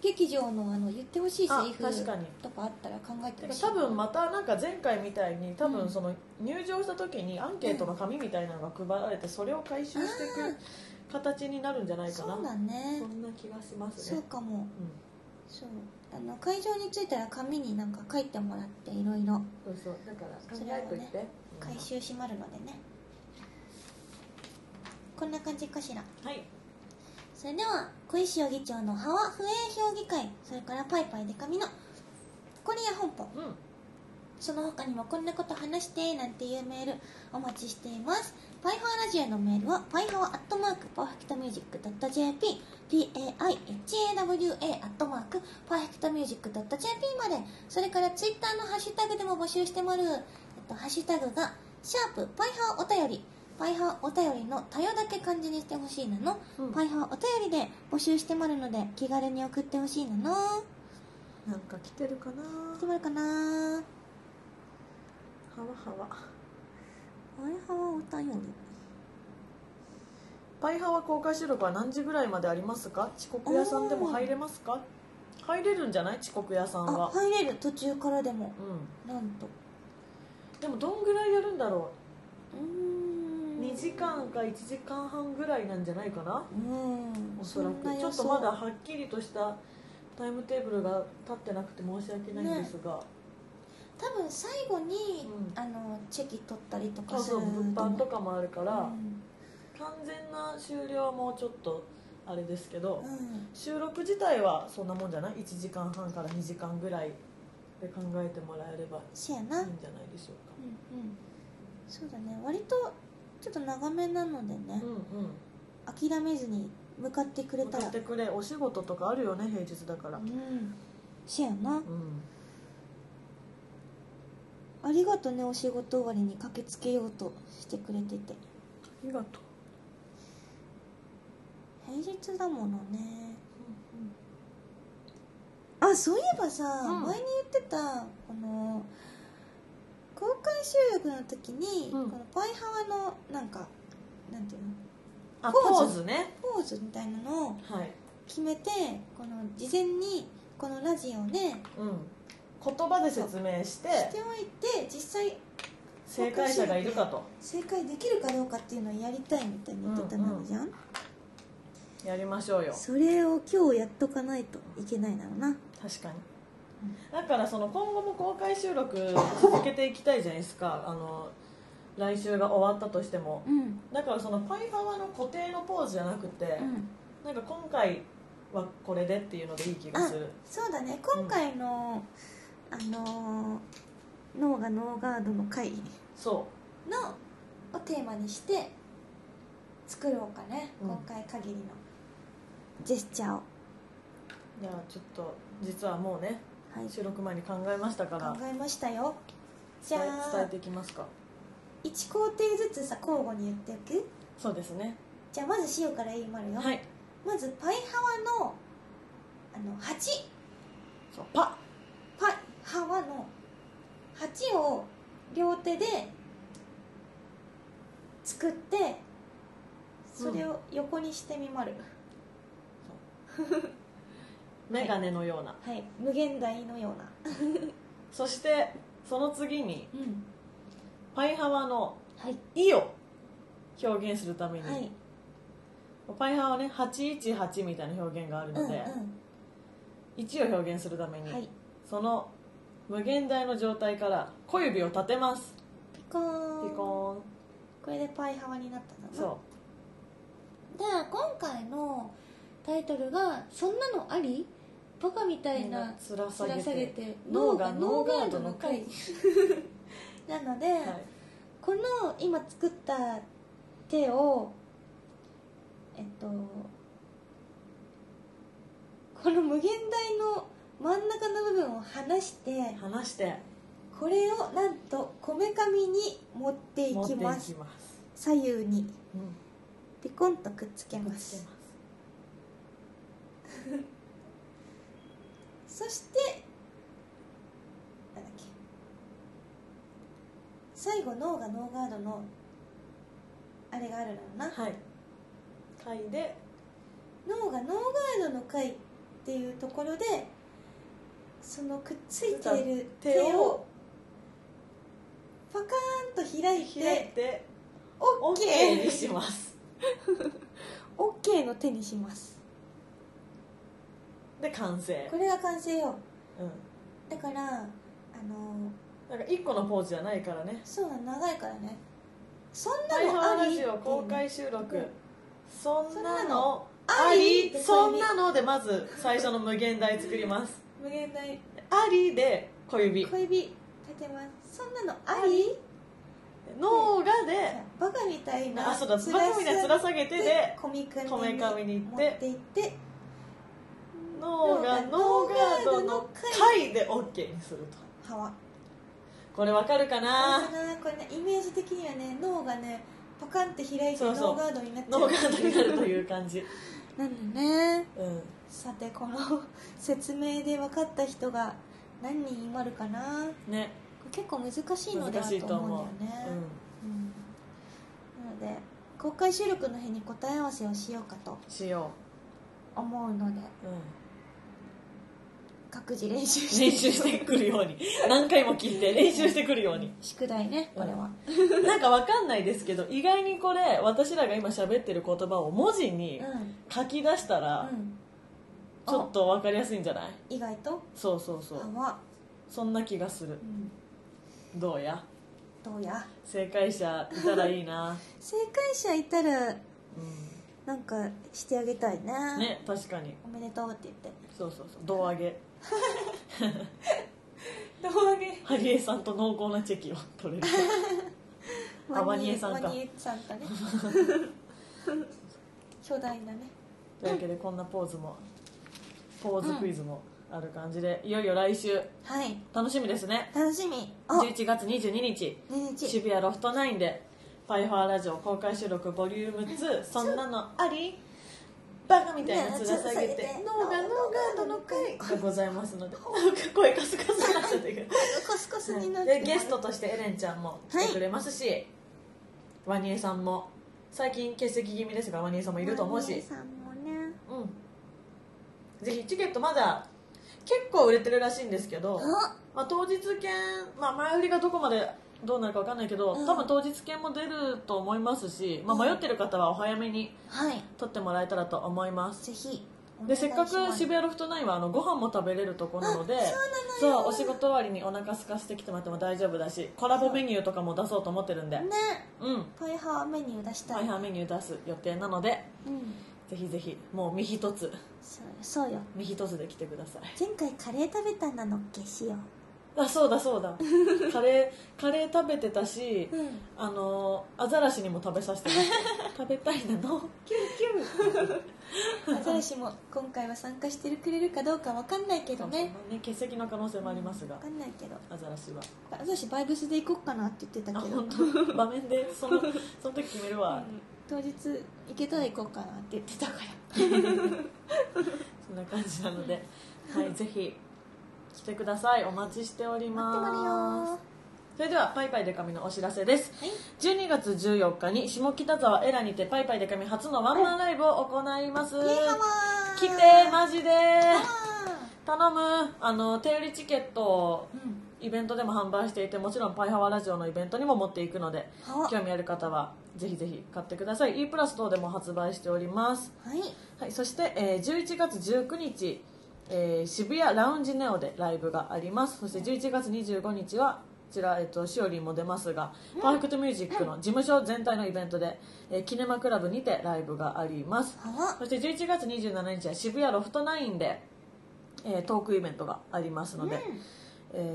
劇場のあの言ってほしいセあリフ確かにとかあったら考えててほかしい多分またなんか前回みたいに多う分んその入場した時にアンケートの紙みたいなのが配られてそれを回収していく形になるんじゃないかなそうだねそんな気がしますそねうかもうんそうあの会場に着いたら紙になんか書いてもらっていろいろそうそうだから考それはねえといて、うん回収しまるのでねこんな感じかしらはいそれでは小石容議長のハワ不衛評議会それからパイパイデカミのコリア本舗うんその他にもこんなこと話してなんていうメールお待ちしていますパイハワラジオのメールはパイハワアットマークパーフェクトミュージックドット JP PAIHAWA アットマークパーフェクトミュージックドット JP までそれからツイッターのハッシュタグでも募集してもらう、えっと、ハッシュタグがシャープパイハワお便りパイハワお便りの「たよ」だけ漢字にしてほしいなの、うんパイハワお便りで募集してもらうので気軽に送ってほしいなのなんか来てるかなどうかなはわはわパイハワお便りパイハワ公開収録は何時ぐらいまでありますか遅刻屋さんでも入れますか入れるんじゃない遅刻屋さんあは、入れる途中からでもうなんとんでもどんぐらいやるんだろうーう、ん2時間か1時間半ぐらいなんじゃないかなうんおそらんなくちょ予っ想とまだはっきりとしたタイムテーブルが立ってなくて申し訳ないんですが、多分最後に、うんあのチェキ取ったりとかそうするそう物販とかかもあるから、うん、完全な終了はもうちょっとあれですけど、うん収録自体はそんなもんじゃない1時間半から2時間ぐらいで考えてもらえればせやいいな、うんうんんじゃないでしょうか、そうだね割とちょっと長めなのでねう、んうん諦めずに向かってくれた歌らってくれお仕事とかあるよね平日だからううんせやな、んありがとねお仕事終わりに駆けつけようとしてくれててありがとう、平日だものねうんうんあそういえばさ、うん前に言ってたこの公開収録の時に、うんこのパイハワのなんかなんていうのあポーポズーズねポーズみたいなのをはい、決めてこの事前にこのラジオでうん、言葉で説明してしておいて実際正解者がいるかと正解できるかどうかっていうのをやりたいみたいに言ってたのじゃん、やりましょうよそれを今日やっとかないといけないなろな確かにだからその今後も公開収録続けていきたいじゃないですかあの来週が終わったとしてもうんだからそのパイハワの固定のポーズじゃなくて、うんなんか今回はこれでっていうのでいい気がするそうだね今回の、あのー脳がノーガードの回そのをテーマにして作ろうかね、うん今回限りのジェスチャーをはういやちょっと実はもうねい収録前に考えましたから考えましたよじ伝ゃえ伝えあていきますか1工程ずつさ交互に言っていくそうですねじゃあまず塩から言いまるよ、はいまずパイハワのあの8そうパパイハワの8を両手で作ってそれを横にしてみまる、メガネのような、はい無限大のようなそしてその次にうんパイハワのはい「イ」を表現するために、はいパイハワはね818みたいな表現があるうんのうんで、1を表現するために、はいその無限大の状態から小指を立てますピコーンピコーンこれでパイハワになったんだなそで今回のタイトルが「そんなのあり?」バカみたういなつらつ下げらて下げて脳がノーガードの回 回なので、はいこの今作った手をえっとこの無限大の真ん中の部分を離して離してこれをなんとこめかみに持ってい持ってきいきまますす、左右にうんピコンとくっつけくっまつけすますそしてなんだっけ最後脳がノーガードのあれがあるのなはい貝で脳がノーガードの回っていうところでそのくっついている手手ををパカーンと開い開いてて OK OK にしますオッケーの手にしますで完成これが完成ようんだからあのなんか一個のポーズじゃないからねそうなの長いからねそん「大な半のあラりジオ公っていう開収録」そんなそんなののありありそんなのでまず最初の無限大作ります無限大 ありで小指小指立てますそんなのあり脳がでバカみたいなあそうだつばかみでつら下げてでコミカルにこめかみに行って持って行って脳がノーガードの回で OK にするとはわこれわかるかあなこれねイメージ的にはね脳がねパカンって開いてそノうそうーガードになっちゃう脳がードになるとういう感じなんだねうんさてこの説明で分かった人が何人いまるかなね結構難しいので難はしいとと思思うんだよねう、うんうんなので公開収録の日に答え合わせをしようかとしよ思うのでう、うん、各自練習して 練習してくるように何回も聞いて練習してくるように宿題ねこれは、なんかわかんないですけど意外にこれ私らが今喋ってる言葉を文字にうん書き出したうらんちょっとわかりやすいんじゃない意外とそうそうそうは、そんな気がするうん、どうやどうや正解者いたらいい な、正解者いたらうなんかしてあげたいねん、ね確かにおめでとうって言ってそうそうそう胴上げ胴上げハリエさんと濃厚なチェキを取れるあワニエさんかワニエさんかね 巨大なねというわけでこんなポーズもポーズクイズもある感じでいよいよ来週はい楽しみですね楽しみあ11月22日ね渋谷ロフト9で「パイファーラジオ公開収録ボリューム2そんなのあり?」バカみたいなつら下げて「脳がノーガードの回」がございますのでなんか声カスカスになっちゃってるコスコスになってでゲストとしてエレンちゃんも来てくれますし、ワニエさんも最近欠席気味ですがワニエさんもいると思うワニエし、さんもねうん、ぜひチケットまだ結構売れてるらしいんですけど、あまあ、当日券、まあ、前売りがどこまでどうなるか分かんないけど、うん多分当日券も出ると思いますし、まあ、迷ってる方はお早めにはい取ってもらえたらと思いますぜひお願でいしせっまかすく渋谷ロフト9はあのご飯も食べれるとこなのでそうなのよそうお仕事終わりにお腹空かせてきてもらっても大丈夫だしコラボメニューとかも出そうと思ってるんでねうんパイハーメニュー出した大い、半メニュー出す予定なのでうんぜひぜひもう身一つそうそうよ身一つで来てください前回カレー食べたなのっけしよあそうだそ うだカレーカレー食べてたし、う、うん、あのアザラシにも食べさせてもらっ て食べたいなのキュンキュンアザラシも今回は参加してるくれるかどうかわかんないけどねね欠席の可能性もありますがわかんないけどアザラシはアザラシバイブスで行こっかなって言ってあたけど、本当場面でそのその時決めるわ、うん当日行けたら行こうかなって言ってたからそんな感じなので、はい、ぜひ来てください。お待ちしております。それでは、パイパイデカミのお知らせです。はい12月14日に下北沢エラにてパイパイデカミ初のワンマンライブを行います。イエハワー来て、マジで頼む。あの、手売りチケットをうんイベントでも販売していて、もちろんパイハワラジオのイベントにも持っていくので、は興味ある方はぜひぜひ買ってください。E プラス等でも発売しております。はいはい、そして、えー11月19日、えー渋谷ラウンジネオでライブがありますそして11月25日はこちら、えっとしおりんも出ますが、パーフェクトミュージックの事務所全体のイベントで、えーキネマクラブにてライブがありますはわそして11月27日は渋谷ロフトナインで、えートークイベントがありますので、えー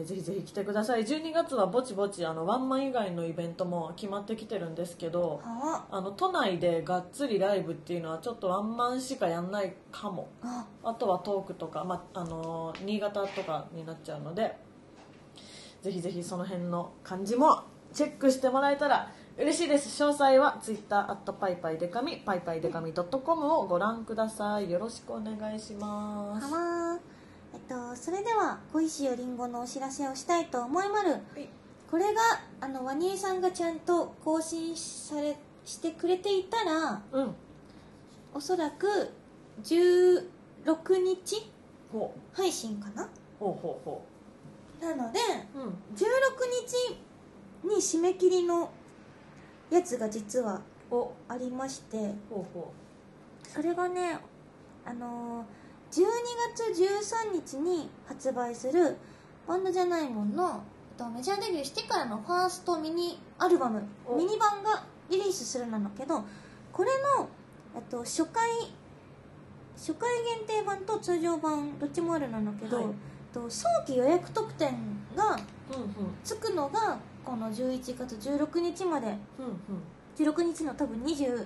ぜひぜひ来てください12月はぼちぼちあのワンマン以外のイベントも決まってきてるんですけどああの都内でがっつりライブっていうのはちょっとワンマンしかやんないかもああとはトークとか、まあのー新潟とかになっちゃうのでぜひぜひその辺の感じもチェックしてもらえたら嬉しいです詳細は Twitter「パイパイデカミ」「パイパイデカミ .com」をご覧くださいよろしくお願いしまはすまえっとそれでは恋しよりんごのお知らせをしたいと思いまるはいこれがあのワニエさんがちゃんと更新されしてくれていたらうんおそらく16日ほ配信かなうほうほうほなのでううん16日に締め切りのやつが実はおありましてほうほそれがねあのー12月13日に発売するバンドじゃないもんのえっとメジャーデビューしてからのファーストミニアルバムおミニ版がリリースするなのけどこれのえっと初回初回限定版と通常版どっちもあるなのけど、はいえっと早期予約特典がううんうんつくのがこの11月16日までうんうん16日の多分23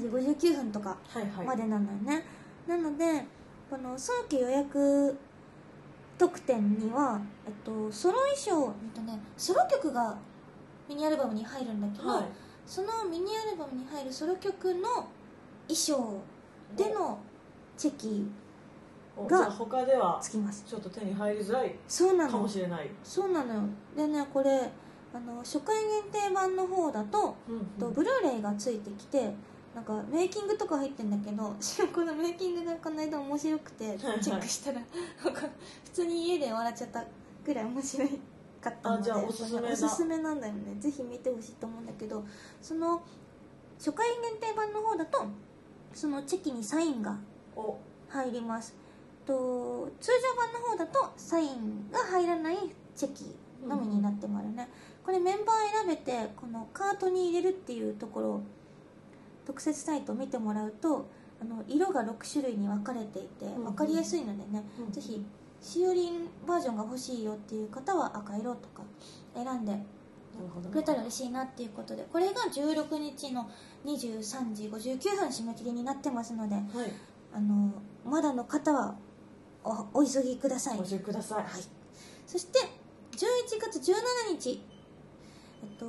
時59分とかはいはいまでなんだよね、なのでこの早期予約特典には、えっと、ソロ衣装、えっとね、ソロ曲がミニアルバムに入るんだけど、はいそのミニアルバムに入るソロ曲の衣装でのチェキおがじゃあ他ではつきますちょっと手に入りづらいそうなかものしれないそうなのよでねこれあの初回限定版の方だとうんうんとブルーレイがついてきてなんかメイキングとか入ってんだけど このメイキングがこの間面白くてはいチェックしたらなんか普通に家で笑っちゃったぐらい面白かったのであじゃあおすすめだおすすめなんだよねぜひ見てほしいと思うんだけどその初回限定版の方だとそのチェキにサインがお入りますと通常版の方だとサインが入らないチェキのみになってもあるね、これメンバー選べてこのカートに入れるっていうところ特設サイトを見てもらうとあの色が6種類に分かれていてん分かりやすいのでね、うんぜひしおりんバージョンが欲しいよっていう方は赤色とか選んでなるほどねくれたら嬉しいなっていうことでこれが16日の23時59分締め切りになってますのではいあのまだの方はおお急ぎくださいご注意くださいはいそして11月17日えっと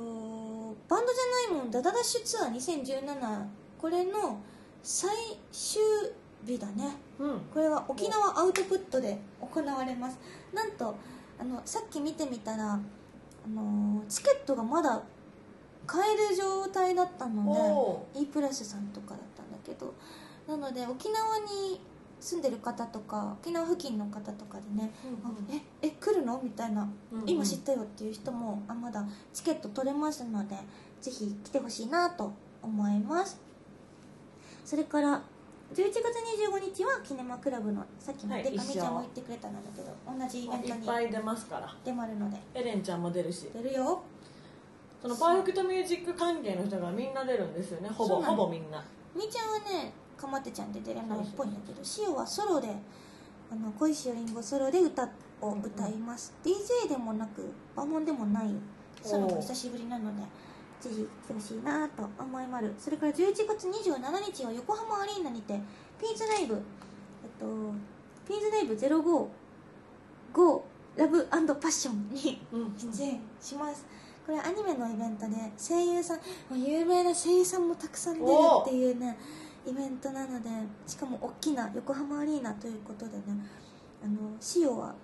バンドじゃないもんダダダッシュツアー2017これの最終日だねうんこれは沖縄アウトプットで行われますなんとあのさっき見てみたらあのチケットがまだ買える状態だったのでお E プラスさんとかだったんだけどなので沖縄に住んでる方とか沖縄付近の方とかでね「あええ来るの?」みたいな「今知ったよ」っていう人もあまだチケット取れますのでぜひ来てほしいなと思いますそれから11月25日はキネマクラブのさっきもはいでかみちゃんも一緒言ってくれたんだけど同じイベンいトっにぱい出ますから出まるのでエレンちゃんも出るし出るよそのパーフェクトミュージック関係の人がみんな出るんですよねほぼそうなのほぼみんなみーちゃんはねかまってちゃんで出れないっぽいんだけどしおはソロであの恋しおりんごソロで歌を歌います、DJ でもなく和音でもないソロおもー久しぶりなのでぜひ来てほしいなと思いまるそれから11月27日は横浜アリーナにてピーズライブえっとピーズライブ055ラブパッションにうん出演しますこれアニメのイベントで声優さんもう有名な声優さんもたくさん出るっていうねイベントなのでしかも大きな横浜アリーナということでねあの仕様は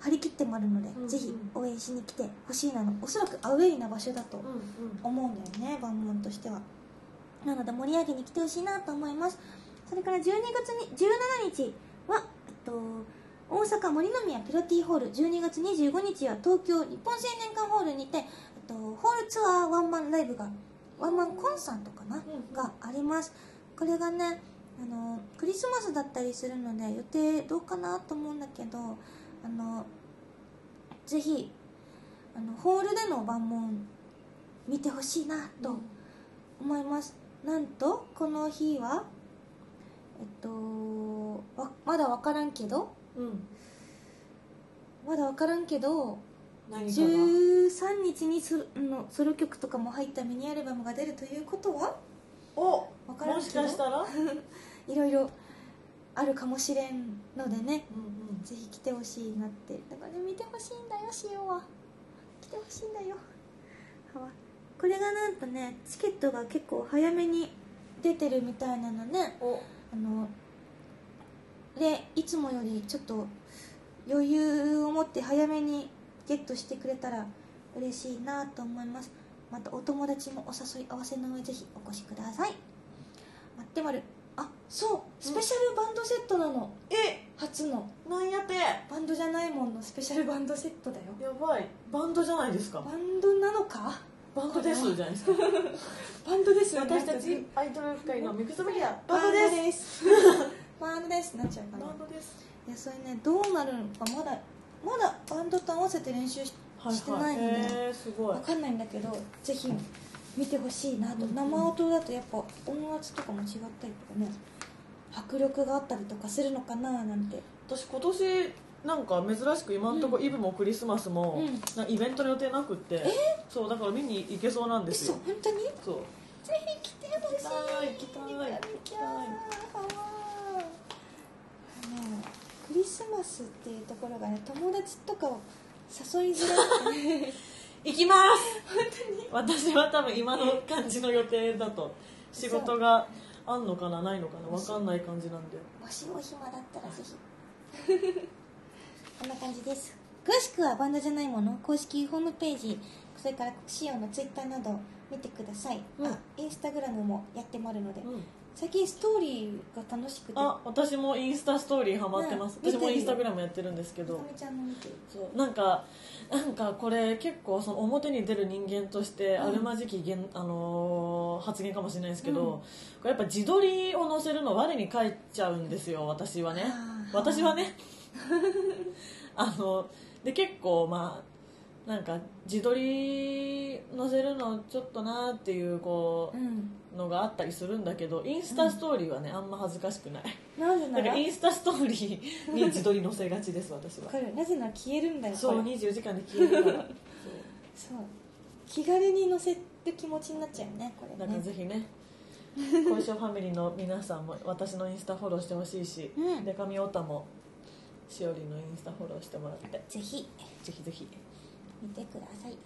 張り切ってもあるので、うんうんぜひ応援しに来てほしいなのおそらくアウェイな場所だと思うんだよね番門としてはなので盛り上げに来てほしいなと思いますそれから12月に17日は、えっと、大阪森の宮ピロティホール12月25日は東京日本青年館ホールにて、えっと、ホールツアーワンマンライブがワンマンコンサートかなうんがありますこれがねあのクリスマスだったりするので予定どうかなと思うんだけどあのぜひあのホールでの番門見てほしいなと思います、なんとこの日はえっとわまだ分からんけどうんもまだ分からんけど何かな13日にソロのソロ曲とかも入ったミニアルバムが出るということはお分からんもけしどかしたら、いろいろあるかもしれんのでねうんぜひ来てほしいなってだからね見てほしいんだよしおは来てほしいんだよはわこれがなんとねチケットが結構早めに出てるみたいなのねうん、おあのでいつもよりちょっと余裕を持って早めにゲットしてくれたら嬉しいなと思いますまたお友達もお誘い合わせの上ぜひお越しください待ってまるあそうスペシャルバンドセットなの、え初のなんやってやバンドじゃないもんのスペシャルバンドセットだよばいバンドじゃないですかバンドなのかバンドですじゃないですかバンドですよね私たちアイドル界のミクソメディアバンバンドドですですバンドですなっちゃうかバなンドですいやそれねどうなるのかまだまだバンドと合わせて練習ししてないのへで、えすごいわかんないんだけどぜひ見てほしいなと、うん生音だとやっぱ音圧とかも違ったりとかね迫力があったりとかするのかななんて私今年なんか珍しく今のところイブもクリスマスうも、んなんかイベントの予定なくって、そうだから見に行けそうなんです嘘よ本当にそうぜひ来てほしい行きたい行きた行きたいい行ハワイあのクリスマスっていうところがね友達とかを誘いづらくてね行きます本当に私は多分今の感じの予定だと仕事があんのかなないのかな分かんない感じなんでもしも暇だったらぜひ こんな感じです詳しくはバンドじゃないもの公式ホームページそれから国仕様のツイッターなど見てください、うんあインスタグラムもやってまるので、うん最近ストーリーが楽しくてあ私もインスタストーリーハマってます、うん私もインスタグラムやってるんですけみどかみちゃんも見てるそうなんかなんかこれ結構その表に出る人間としてうんあるまじき言、あのー発言かもしれないですけど、これやっぱ自撮りを載せるの我に返っちゃうんですよ私はねあー私はね あので結構まあなんか自撮り載せるのちょっとなーっていうこうんうのがあったりするんだけどインスタストーリーはねあんま恥ずかしくないなぜななんらかインスタストーリーに自撮り載せがちです私はわかるなぜなら消えるんだよそうこれ24時間で消えるからそう気軽に乗せる気持ちになっちゃうよねこなれんかねぜひね小石ファミリーの皆さんも私のインスタフォローしてほしいし、うんでかみおたもしおりのインスタフォローしてもらってぜひぜひぜひ、見てください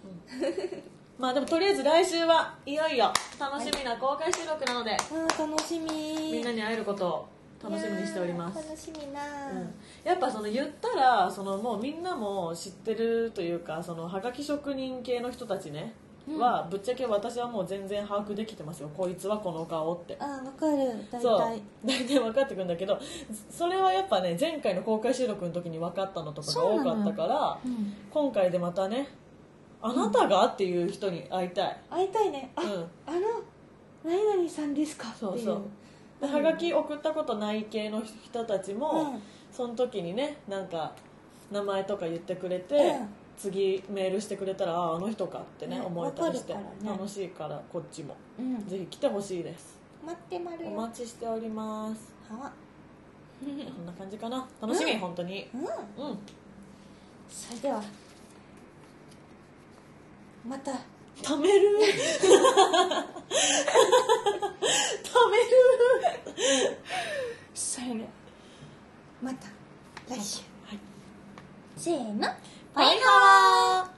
まあでもとりあえず来週はいよいよ楽しみな公開収録なので、あー楽しみみんなに会えることを楽しみにしておりまいやすー楽しみなー、やっぱその言ったらそのもうみんなも知ってるというかそのはがき職人系の人たちね、うんはぶっちゃけ私はもう全然把握できてますよこいつはこの顔ってあーわかる大そう体大体分かってくるんだけどそれはやっぱね前回の公開収録の時に分かったのとかが多かったからうん今回でまたねあなたがっていう人に会いたい、会いたいねあ、うんあの何々さんですかそうっていそうではがき送ったことない系の人たちも、うんその時にねなんか名前とか言ってくれて、うん次メールしてくれたらあああの人かってねね思えたりして、わかるからね楽しいからこっちもうん、ぜひ来てほしいです待ってまるよお待ちしておりますはわこんな感じかな楽しみ、うん本当にうんうんそれではまたため るためるそれではまた来週はいせーのバイハワー